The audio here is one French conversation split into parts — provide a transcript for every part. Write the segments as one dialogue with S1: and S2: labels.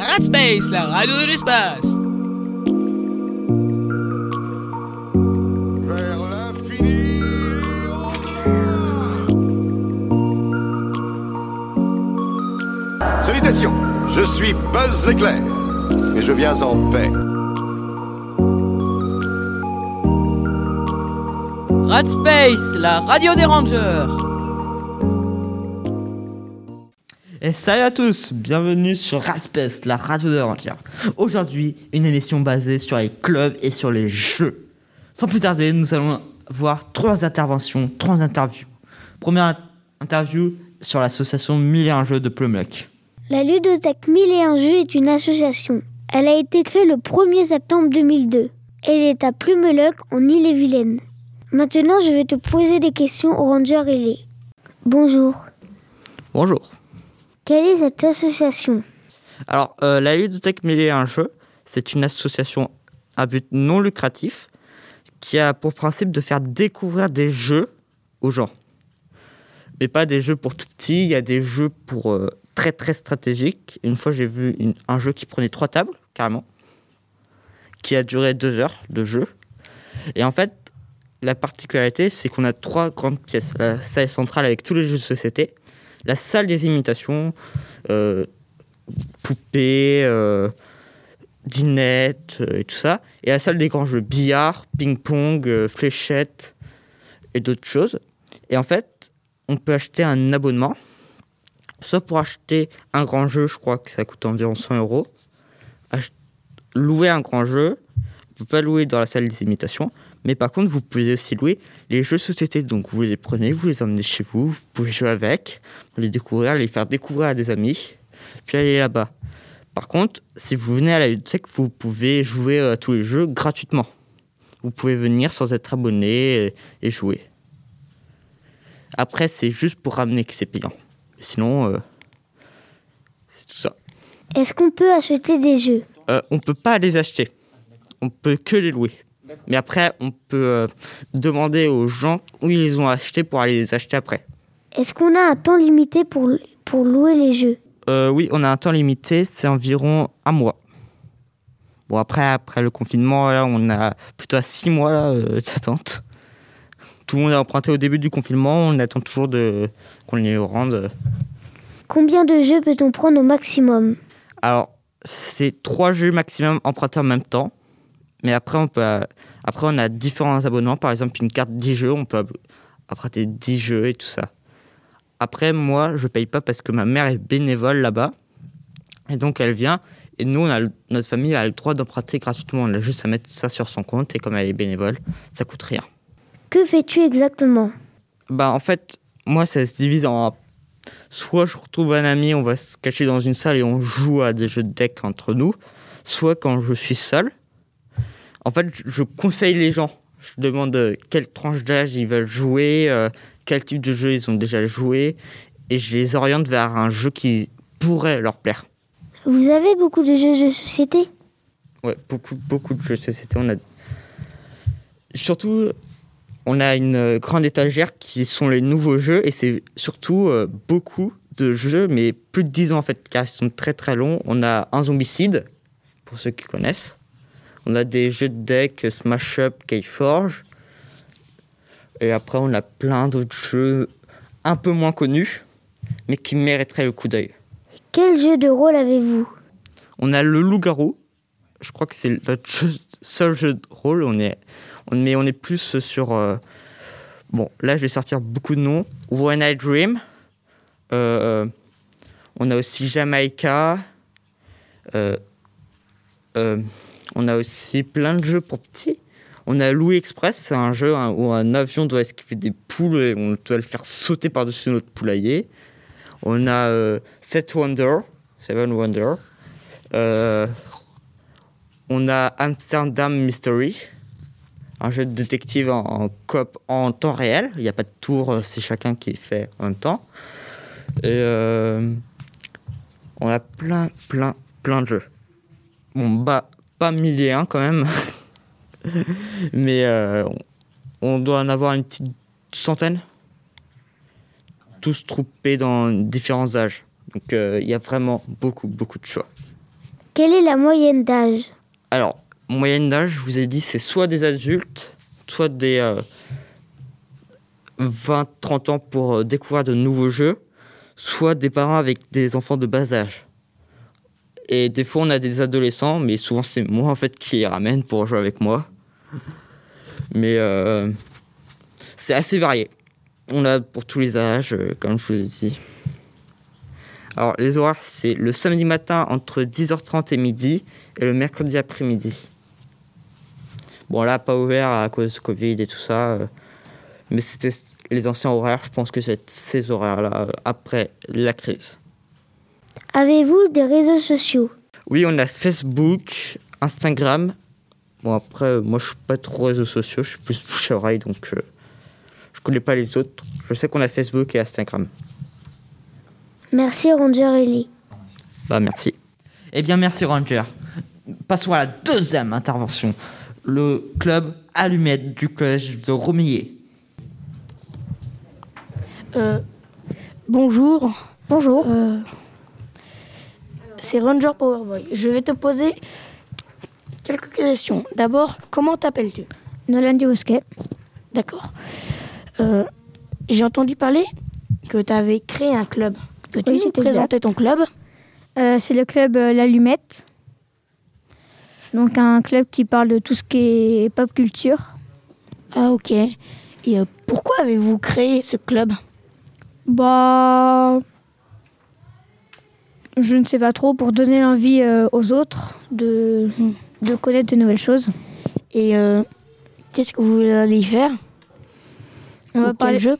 S1: Radspace, la radio de l'espace.
S2: Vers l'infini. Salutations, je suis Buzz Éclair et je viens en paix.
S3: Radspace, la radio des Rangers.
S4: Et salut à tous, bienvenue sur Raspest, la radio de l'entière. Aujourd'hui, une émission basée sur les clubs et sur les jeux. Sans plus tarder, nous allons voir trois interventions, trois interviews. Première in- interview sur l'association 1001 jeux de Plumlock.
S5: La ludothèque 1001 jeux est une association. Elle a été créée le 1er septembre 2002. Elle est à Plumeleuc en Ille-et-Vilaine. Maintenant, je vais te poser des questions au ranger ailé. Bonjour.
S4: Bonjour.
S5: Quelle est cette association
S4: Alors, euh, la Ludothèque 1001 jeux, c'est une association à but non lucratif qui a pour principe de faire découvrir des jeux aux gens. Mais pas des jeux pour tout petit, il y a des jeux pour euh, très très stratégiques. Une fois, j'ai vu une- un jeu qui prenait trois tables, carrément, qui a duré deux heures de jeu. Et en fait, la particularité, c'est qu'on a trois grandes pièces. La salle centrale avec tous les jeux de société, la salle des imitations, euh, poupées, euh, dinettes euh, et tout ça. Et la salle des grands jeux, billard, ping-pong, euh, fléchettes et d'autres choses. Et en fait, on peut acheter un abonnement. Soit pour acheter un grand jeu, je crois que ça coûte environ 100 euros. Ach- louer un grand jeu, vous pouvez pas louer dans la salle des imitations. Mais par contre, vous pouvez aussi louer les jeux de société. Donc vous les prenez, vous les emmenez chez vous, vous pouvez jouer avec, les découvrir, les faire découvrir à des amis puis aller là-bas. Par contre, si vous venez à la ludothèque, vous pouvez jouer à tous les jeux gratuitement. Vous pouvez venir sans être abonné et- et jouer. Après, c'est juste pour ramener que c'est payant. Sinon, euh, c'est tout ça.
S5: Est-ce qu'on peut acheter des jeux
S4: Euh, on ne peut pas les acheter. On peut que les louer. Mais après, on peut euh, demander aux gens où ils les ont achetés pour aller les acheter après.
S5: Est-ce qu'on a un temps limité pour, pour louer les jeux
S4: Euh, oui, on a un temps limité, c'est environ un mois. Bon, après, après le confinement, là, on a plutôt à six mois là, euh, d'attente. Tout le monde a emprunté au début du confinement, on attend toujours de, qu'on les rende. euh,
S5: Combien de jeux peut-on prendre au maximum
S4: Alors, c'est trois jeux maximum empruntés en même temps. Mais après, on peut, euh, après, on a différents abonnements. Par exemple, une carte 10 jeux, on peut ab- emprunter 10 jeux et tout ça. Après, moi, je paye pas parce que ma mère est bénévole là-bas. Et donc, elle vient. Et nous, on a le- notre famille a le droit d'emprunter gratuitement. On a juste à mettre ça sur son compte. Et comme elle est bénévole, ça coûte rien.
S5: Que fais-tu exactement
S4: Bah en fait, moi ça se divise en soit je retrouve un ami, on va se cacher dans une salle et on joue à des jeux de deck entre nous, soit quand je suis seul, en fait je- je conseille les gens. Je demande euh, quelle tranche d'âge ils veulent jouer, euh, quel type de jeu ils ont déjà joué, et je les oriente vers un jeu qui pourrait leur plaire.
S5: Vous avez beaucoup de jeux de société
S4: Ouais, beaucoup, beaucoup de jeux de société. On a... Surtout, on a une euh, grande étagère qui sont les nouveaux jeux et c'est surtout euh, beaucoup de jeux, mais plus de 10 ans en fait, car ils sont très très longs. On a un zombicide, pour ceux qui connaissent. On a des jeux de deck, euh, Smash Up, Keyforge. Et après, on a plein d'autres jeux un peu moins connus, mais qui mériteraient le coup d'œil.
S5: Quel jeu de rôle avez-vous
S4: On a le loup-garou. Je crois que c'est notre jeu- seul jeu de rôle. On est, on, mais on est plus sur. euh, bon, là, je vais sortir beaucoup de noms. When I Dream. Euh, on a aussi Jamaica. Euh, euh, on a aussi plein de jeux pour petits. On a Louis Express, c'est un jeu hein, où un avion doit esquiver des poules et on doit le faire sauter par-dessus notre poulailler. On a euh, Seven Wonder, Seven Wonder. Euh, on a Amsterdam Mystery, un jeu de détective en, en coop en temps réel. Il n'y a pas de tour, euh, c'est chacun qui fait en même temps. Et euh, on a plein, plein, plein de jeux. Bon, bah, pas mille et un quand même. Mais euh, on on doit en avoir une petite centaine. Tous troupés dans différents âges. Donc euh, il y a vraiment beaucoup, beaucoup de choix.
S5: Quelle est la moyenne d'âge
S4: Alors, moyenne d'âge, je vous ai dit, c'est soit des adultes, soit des euh, 20-30 ans pour euh, découvrir de nouveaux jeux, soit des parents avec des enfants de bas âge. Et des fois, on a des adolescents, mais souvent, c'est moi en fait qui les ramène pour jouer avec moi. Mais euh, c'est assez varié. On a pour tous les âges, euh, comme je vous l'ai dit. Alors, les horaires, c'est le samedi matin entre 10h30 et midi et le mercredi après-midi. Bon, là, pas ouvert à cause du Covid et tout ça. euh, mais c'était s- les anciens horaires. Je pense que c'est ces horaires-là euh, après la crise.
S5: Avez-vous des réseaux sociaux
S4: Oui, on a Facebook, Instagram. Bon, après, euh, moi, je suis pas trop réseaux sociaux. Je suis plus bouche à oreille, donc euh, je connais pas les autres. Je sais qu'on a Facebook et Instagram.
S5: Merci Ranger Ellie.
S4: Bah, merci. Eh bien, merci, Ranger. Passons à la deuxième intervention. Le club allumette du collège de Romillet.
S6: Euh, bonjour. Bonjour. c'est Ranger Powerboy. Je vais te poser quelques questions. D'abord, comment t'appelles-tu
S7: Nolan Dubosquet.
S6: D'accord. Euh, J'ai entendu parler que tu avais créé un club. Peux-tu
S7: Oui,
S6: nous
S7: c'est exact.
S6: présenter ton club
S7: Euh, c'est le club euh, L'Allumette. Donc un club qui parle de tout ce qui est pop culture.
S6: Ah ok. Et euh, pourquoi avez-vous créé ce club
S7: Bah... Je ne sais pas trop, pour donner l'envie euh, aux autres de, de connaître de nouvelles choses.
S6: Et euh, qu'est-ce que vous allez y faire
S7: On
S6: Ou
S7: va
S6: quel
S7: parler...
S6: jeu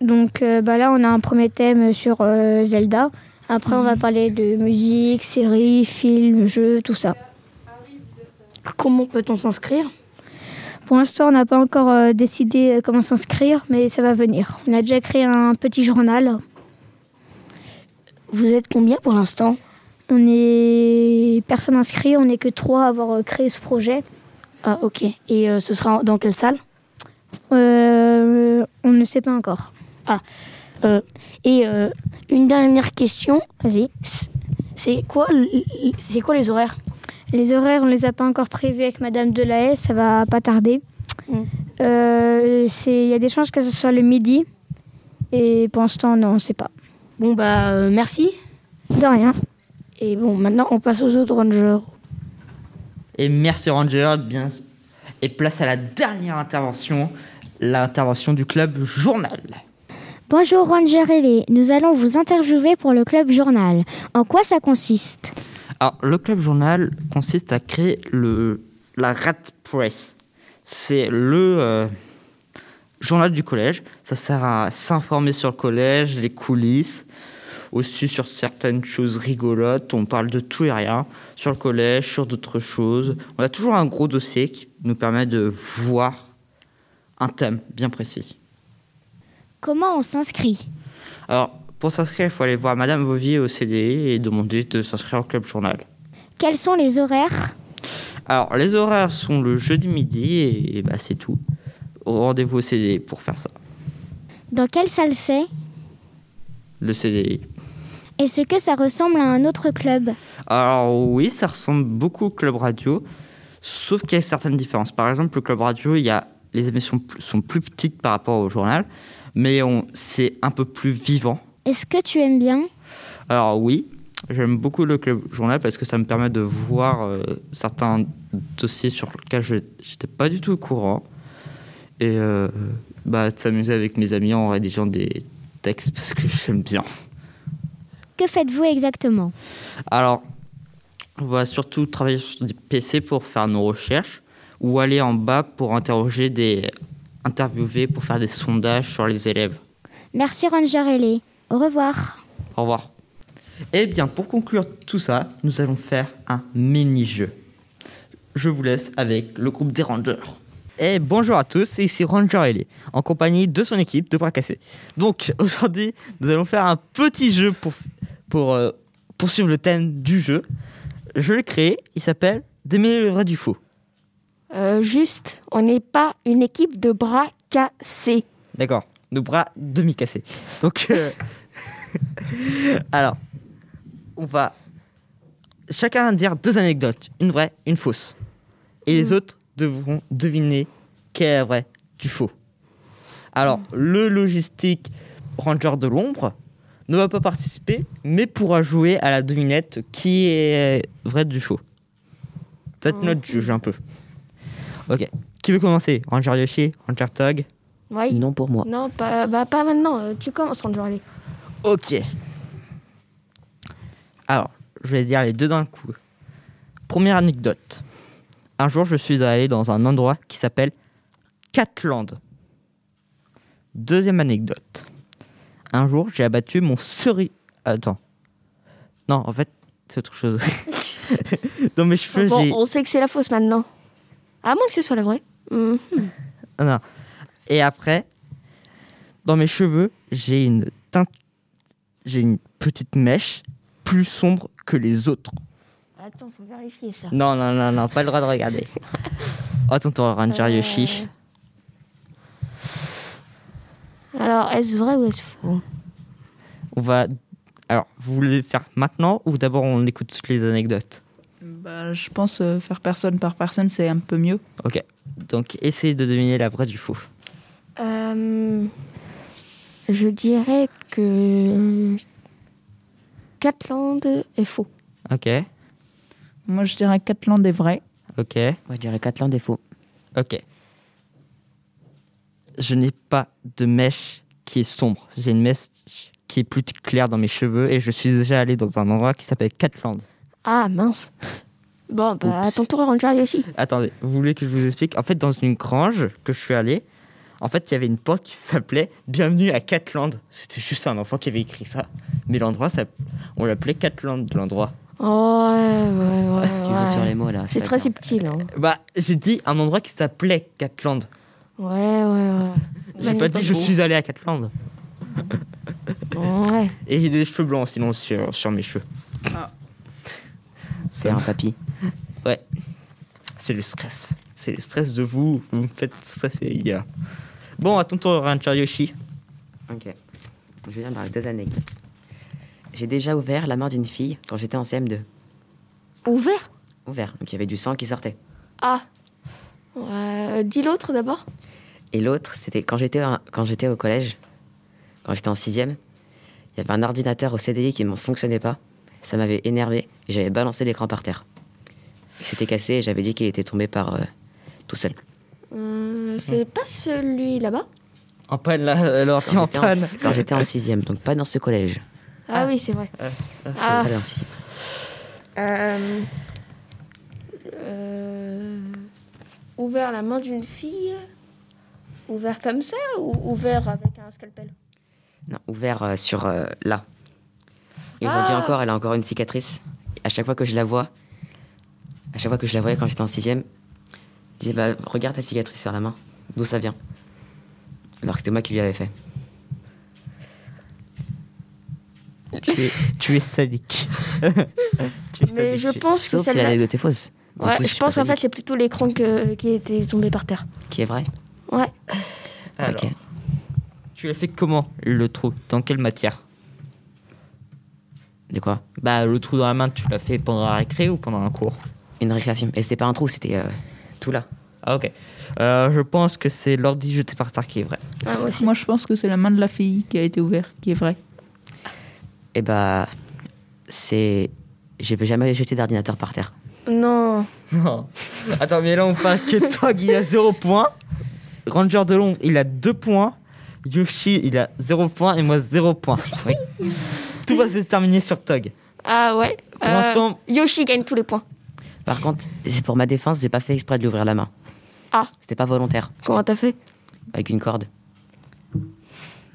S7: Donc euh, bah, là, on a un premier thème sur euh, Zelda. Après, on va parler de musique, séries, films, jeux, tout ça.
S6: Comment peut-on s'inscrire
S7: Pour l'instant, on n'a pas encore euh, décidé euh, comment s'inscrire, mais ça va venir. On a déjà créé un petit journal.
S6: Vous êtes combien pour l'instant
S7: On est personne inscrit, on n'est que trois à avoir euh, créé ce projet.
S6: Ah ok. Et euh, ce sera dans quelle salle
S7: Euh, on ne sait pas encore.
S6: Euh, Et euh, une dernière question,
S7: Vas-y.
S6: c'est quoi, l- l- c'est quoi les horaires
S7: Les horaires, on les a pas encore prévus avec Madame Delahaye, ça va pas tarder.
S6: Mm.
S7: Euh, c'est- Il y a des chances que ce soit le midi. Et pour l'instant, non, on ne sait pas.
S6: Bon bah euh, merci.
S7: De rien.
S6: Et bon maintenant on passe aux autres rangers.
S4: Et merci Ranger, bien. Et place à la dernière intervention, l'intervention du club journal.
S8: Bonjour Ranger Ellie, nous allons vous interviewer pour le Club Journal. En quoi ça consiste
S4: Alors, le club journal consiste à créer le, la Rat Press. C'est le euh, journal du collège. Ça sert à s'informer sur le collège, les coulisses, aussi sur certaines choses rigolotes. On parle de tout et rien sur le collège, sur d'autres choses. On a toujours un gros dossier qui nous permet de voir un thème bien précis.
S8: Comment on s'inscrit
S4: Alors, pour s'inscrire, il faut aller voir Madame Vauvier au CDI et demander de s'inscrire au club journal.
S8: Quels sont les horaires
S4: Alors, les horaires sont le jeudi midi et, et bah, c'est tout. Rendez-vous au CDI pour faire ça.
S8: Dans quelle salle c'est
S4: Le E. CDI.
S8: Est-ce que ça ressemble à un autre club
S4: Alors, oui, ça ressemble beaucoup au club radio, sauf qu'il y a certaines différences. Par exemple, le club radio, il y a, les émissions pl- sont plus petites par rapport au journal, mais on- c'est un peu plus vivant.
S8: Est-ce que tu aimes bien
S4: Alors oui, j'aime beaucoup le club journal parce que ça me permet de voir euh, certains dossiers sur lesquels je n'étais pas du tout au courant. Et euh, bah, de s'amuser avec mes amis en rédigeant des textes parce que j'aime bien.
S8: Que faites-vous exactement
S4: Alors, on va surtout travailler sur des PC pour faire nos recherches ou aller en bas pour interroger des interviewer pour faire des sondages sur les élèves.
S8: Merci Ranger Ellie. Au revoir.
S4: Au revoir. Eh bien, pour conclure tout ça, nous allons faire un mini-jeu. Je vous laisse avec le groupe des Rangers. Et bonjour à tous, ici Ranger Ellie, en compagnie de son équipe de bras cassés. Donc, aujourd'hui, nous allons faire un petit jeu pour, pour euh, poursuivre le thème du jeu. Je l'ai créé, il s'appelle Démêler le vrai du faux.
S6: Euh, juste, on n'est pas une équipe de bras cassés.
S4: D'accord. Nos bras demi-cassés. Donc, euh, alors, on va. chacun dire deux anecdotes, une vraie, une fausse. Et les autres devront deviner quelle est la vraie du faux. Alors, le logistique Ranger de l'ombre ne va pas participer, mais pourra jouer à la devinette qui est vrai du faux. Peut-être notre juge un peu. Ok. Qui veut commencer Ranger Yoshi Ranger Tog
S6: Oui.
S9: Non pour moi.
S6: Non, pas, bah, pas maintenant. euh, Tu commences, Ranger. Allez.
S4: Ok. Alors, je vais dire les deux d'un coup. Première anecdote. Un jour, je suis allé dans un endroit qui s'appelle Catland. Deuxième anecdote. Un jour, j'ai abattu mon ceri... Attends. Non, en fait, c'est autre chose. dans mes cheveux,
S6: Bon,
S4: j'ai...
S6: on sait que c'est la fausse maintenant. À moins que ce soit la vraie. Mhm.
S4: Ah non. Et après, dans mes cheveux, j'ai une teinte, j'ai une petite mèche plus sombre que les autres.
S6: Attends, faut vérifier ça.
S4: Non, non, non, non, pas le droit de regarder. Attends, ton Ranger Yoshi.
S6: Alors, est-ce vrai ou est-ce faux
S4: On va. Alors, vous voulez le faire maintenant ou d'abord on écoute toutes les anecdotes
S10: Bah, je pense euh, faire personne par personne, c'est un peu mieux.
S4: Donc, essayez de deviner la vraie du faux.
S6: Euh,
S8: Je dirais que.
S6: euh, Catland est faux.
S4: Ok,
S10: Moi, je dirais Catland est vrai.
S4: ok,
S9: Moi, je dirais Catland est faux.
S4: ok. Je n'ai pas de mèche qui est sombre. J'ai une mèche qui est plus claire dans mes cheveux et je suis déjà allé dans un endroit qui s'appelle Catland.
S6: Ah, mince. Bon, bah,
S4: Oups.
S6: à ton tour, Ranger Yoshi.
S4: Attendez, vous voulez que je vous explique En fait, dans une grange que je suis allé, en fait, il y avait une porte qui s'appelait Bienvenue à Catland. C'était juste un enfant qui avait écrit ça. Mais l'endroit, ça- on l'appelait Catland, l'endroit.
S6: Oh, ouais, ouais, ouais.
S9: Tu
S6: ouais.
S9: joues sur les mots là.
S6: C'est
S9: pas
S6: très
S9: bien.
S6: subtil. Hein.
S4: Bah, j'ai dit un endroit qui s'appelait Catland.
S6: Ouais, ouais,
S4: J'ai pas dit je suis allé à Catland.
S6: ouais. Ouais.
S4: Et j'ai des cheveux blancs sinon sur, sur mes cheveux.
S9: Ah. C'est un papy.
S4: C'est le stress. C'est le stress de vous. Vous me faites stresser, les gars. Bon, à ton tour, Rancher Yoshi.
S9: Ok. Je viens avec deux anecdotes. J'ai déjà ouvert la main d'une fille quand j'étais en CM2.
S6: Ouvert
S9: Ouvert. Donc il y avait du sang qui sortait.
S6: Ah. Ouais, dis l'autre d'abord.
S9: Et l'autre, c'était quand j'étais en- quand j'étais au collège, quand j'étais en sixième, il y avait un ordinateur au CDI qui ne fonctionnait pas. Ça m'avait énervé et j'avais balancé l'écran par terre. Il s'était cassé et j'avais dit qu'il était tombé par euh, tout seul.
S6: Euh, c'est pas celui là-bas
S4: En panne, là, l'ordi en
S9: Quand j'étais en-
S4: panne.
S9: quand j'étais en sixième, donc pas dans ce collège.
S6: ah, oui, c'est vrai.
S9: Pas
S6: Ah.
S9: dans le sixième.
S6: Euh, euh, ouvert la main d'une fille Ouvert comme ça ou ouvert avec un scalpel
S9: Non, ouvert euh, sur euh, là. Ils ont dit
S6: Ah.
S9: encore, elle a encore une cicatrice. À chaque fois que je la vois, à chaque fois que je la voyais quand j'étais en sixième, je disais bah regarde ta cicatrice sur la main, d'où ça vient. Alors que c'était moi qui lui avais fait.
S4: Tu es, tu es sadique. Tu es
S6: Mais je
S4: sadique.
S6: pense que
S9: Sauf si
S6: celle-là.
S9: l'anecdote est fausse. Du
S6: Ouais,
S9: coup,
S6: je
S9: suis
S6: pense
S9: pas
S6: en fait
S9: sadique.
S6: c'est plutôt l'écran que- qui était tombé par terre.
S9: qui est vrai.
S6: Ouais.
S4: Alors,
S9: Ok.
S4: Tu l'as fait comment, le trou Dans quelle matière
S9: De quoi
S4: Bah, le trou dans la main, tu l'as fait pendant la récré ou pendant un cours
S9: Une récréation. Et c'était pas un trou, c'était euh, tout là.
S4: Ah, ok. Euh, je pense que c'est l'ordi jeté par terre qui est vrai.
S6: Ouais, Ah, moi aussi.
S10: Moi, je pense que c'est la main de la fille qui a été ouverte, qui est vraie.
S9: Et bah c'est, j'ai jamais jeté d'ordinateur par terre.
S6: Non.
S4: Non. Attends, mais là, on parle que toi, il a 0 points. Ranger de l'ombre, il a 2 points. Yoshi, il a 0 points et moi 0 points. Oui. Tout va se terminer sur Tog.
S6: Ah ouais.
S4: Pour
S6: Euh,
S4: l'instant-
S6: Yoshi gagne tous les points.
S9: Par contre, c'est pour ma défense, j'ai pas fait exprès de lui ouvrir la main.
S6: Ah.
S9: C'était pas volontaire.
S6: Comment t'as fait
S9: avec une corde.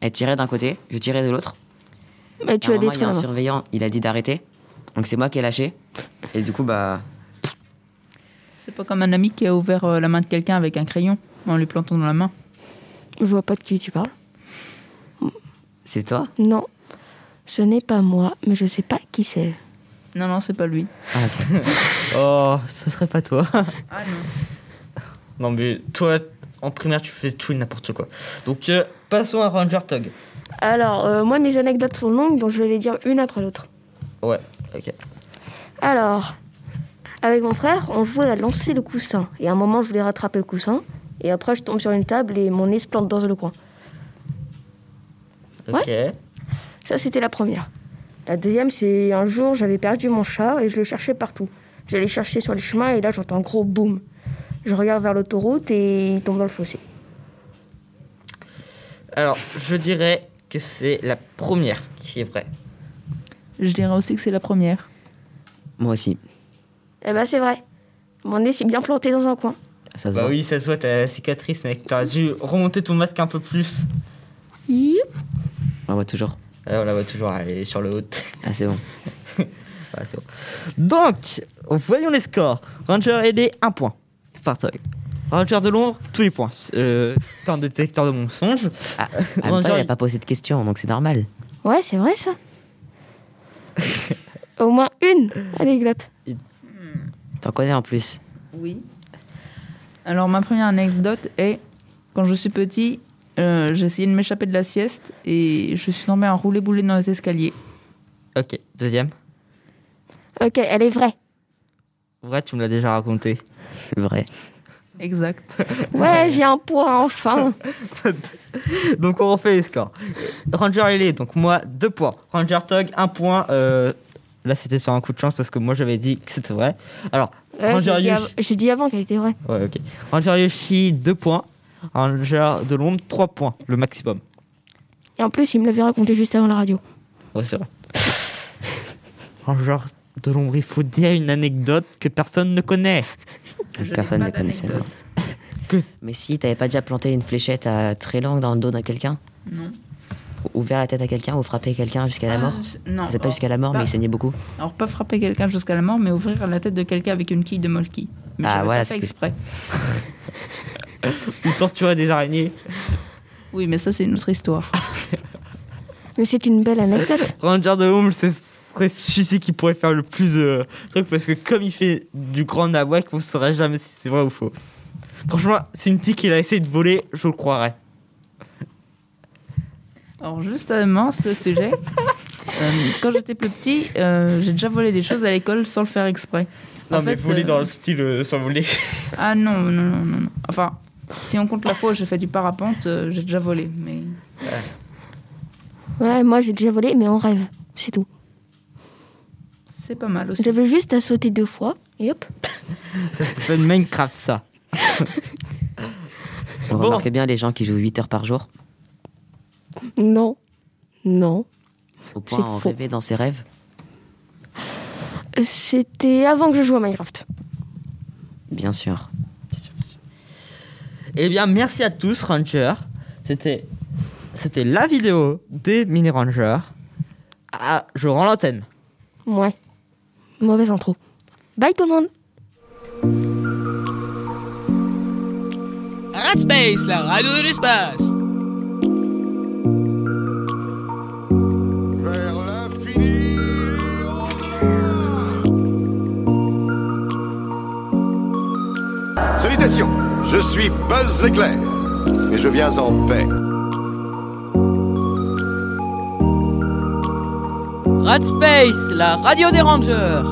S9: Elle tirait d'un côté, je tirais de l'autre.
S6: Mais Bah, tu
S9: À un
S6: as
S9: moment, il y
S6: détruit
S9: a
S6: la
S9: un
S6: main.
S9: surveillant, il a dit d'arrêter. Donc c'est moi qui ai lâché. Et du coup, bah.
S10: C'est pas comme un ami qui a ouvert euh, la main de quelqu'un avec un crayon en lui plantant dans la main.
S6: Je vois pas de qui tu parles.
S9: C'est toi
S6: Non. Ce n'est pas moi, mais je sais pas qui c'est.
S10: Non, non, c'est pas lui.
S9: Ah, ok.
S4: Oh, ce serait pas toi.
S10: Ah non.
S4: non, mais toi, en primaire, tu fais tout et n'importe quoi. Donc, euh, passons à Ranger Tog.
S6: Alors, euh, moi, mes anecdotes sont longues, donc je vais les dire une après l'autre.
S4: Ouais, ok.
S6: Alors, avec mon frère, on jouait à lancer le coussin. Et à un moment, je voulais rattraper le coussin. Et après, je tombe sur une table et mon nez se plante dans le coin.
S4: Ok.
S6: Ça, c'était la première. La deuxième, c'est un jour, j'avais perdu mon chat et je le cherchais partout. J'allais chercher sur les chemins et là, j'entends un gros boom. Je regarde vers l'autoroute et il tombe dans le fossé.
S4: Alors, je dirais que c'est la première qui est vraie.
S10: Je dirais aussi que c'est la première.
S9: Moi aussi.
S6: Eh ben, c'est vrai. Mon nez s'est bien planté dans un coin.
S9: Ça se
S4: bah
S9: voit.
S4: oui, ça se voit, t'as la cicatrice, mec. T'aurais dû remonter ton masque un peu plus.
S9: On la voit toujours.
S4: Ah, on la voit toujours, elle est sur le haut.
S9: Ah, c'est bon.
S4: Ouais, c'est bon. Donc, voyons les scores. Ranger aidé, 1 point. Par Toy. Ranger de l'ombre, tous les points. Ah, Euh, un détecteur de mensonges.
S9: En même temps,
S4: Ranger-
S9: il a pas posé de questions, donc c'est normal.
S6: Ouais, c'est vrai ça. Au moins une anecdote.
S9: T'en connais en plus.
S10: Oui. Alors, ma première anecdote est quand je suis petit, euh, j'ai essayé de m'échapper de la sieste et je suis tombé en roulé-boulé dans les escaliers.
S4: Ok, deuxième.
S6: Ok, elle est vraie.
S4: Ouais, tu me l'as déjà raconté.
S9: Vrai.
S10: Exact.
S6: Ouais, j'ai un point enfin.
S4: donc, on refait les scores. Ranger aidé, donc moi, 2 points. Ranger Tog, 1 point. Euh, là, c'était sur un coup de chance parce que moi, j'avais dit que c'était vrai. Alors,
S6: Ouais,
S4: Ranger
S6: j'ai dit
S4: Yush-
S6: av- j'ai dit avant qu'elle était vraie.
S4: Ouais, ok. Ranger Yoshi, 2 points. Ranger de l'ombre, 3 points, le maximum.
S6: Et en plus, il me l'avait raconté juste avant la radio.
S4: Ouais, c'est vrai. Ranger de l'ombre, il faut dire une anecdote que personne ne connaît.
S10: Je
S9: Ah, Personne
S10: n'ai
S9: ne
S10: pas
S9: connaissait.
S10: d'anecdote.
S9: Mais si, t'avais pas déjà planté une fléchette à- très longue dans le dos d'un quelqu'un
S10: Non.
S9: Ou Ouvert la tête à quelqu'un ou frappé quelqu'un jusqu'à la mort
S10: Ah, c'est- Non. Bah,
S9: Peut-être pas jusqu'à la mort, mais il saignait beaucoup.
S10: Alors, pas frapper quelqu'un jusqu'à la mort, mais ouvrir la tête de quelqu'un avec une quille de molki. Mais
S9: Ah,
S10: j'avais
S9: voilà,
S10: pas fait
S9: c'est que-
S10: exprès.
S4: Ou torturer des araignées.
S10: Oui, mais ça, c'est une autre histoire.
S6: Mais c'est une belle anecdote.
S4: Ranger de l'ombre, c'est ce serait celui-ci qui pourrait faire le plus de trucs parce que comme il fait du grand nawak, on ne saura jamais si c'est vrai ou faux. Franchement, Cynthia qu'il a essayé de voler, je le croirais.
S10: Alors, justement, ce sujet, euh, quand j'étais plus petit, euh, j'ai déjà volé des choses à l'école sans le faire exprès.
S4: Non,
S10: En
S4: mais
S10: fait,
S4: voler
S10: euh,
S4: dans le style euh, sans voler.
S10: Ah non, non, non, non. non. Enfin, si on compte la fois où j'ai fait du parapente, euh, j'ai déjà volé. Mais
S6: Ouais, moi j'ai déjà volé, mais en rêve. C'est tout.
S10: c'est pas mal aussi.
S6: J'avais juste à sauter deux fois. Et hop.
S4: ça s'appelle Minecraft, ça.
S9: On
S4: Bon.
S9: remarquait bien les gens qui jouent 8 heures par jour.
S6: Non. Non.
S9: Au point
S6: C'est
S9: en
S6: faux.
S9: rêver dans ses rêves.
S6: C'était avant que je joue à Minecraft.
S9: Bien sûr.
S4: Eh bien, merci à tous, Rangers. C'était, c'était la vidéo des Mini Rangers. Ah, je rends l'antenne.
S6: Ouais. Mauvaise intro. Bye tout le monde.
S11: Radspace, la radio de l'espace.
S2: Vers l'infini. et au-delà. Salutations, je suis Buzz Éclair et je viens en paix.
S3: Radspace, la radio des rangers.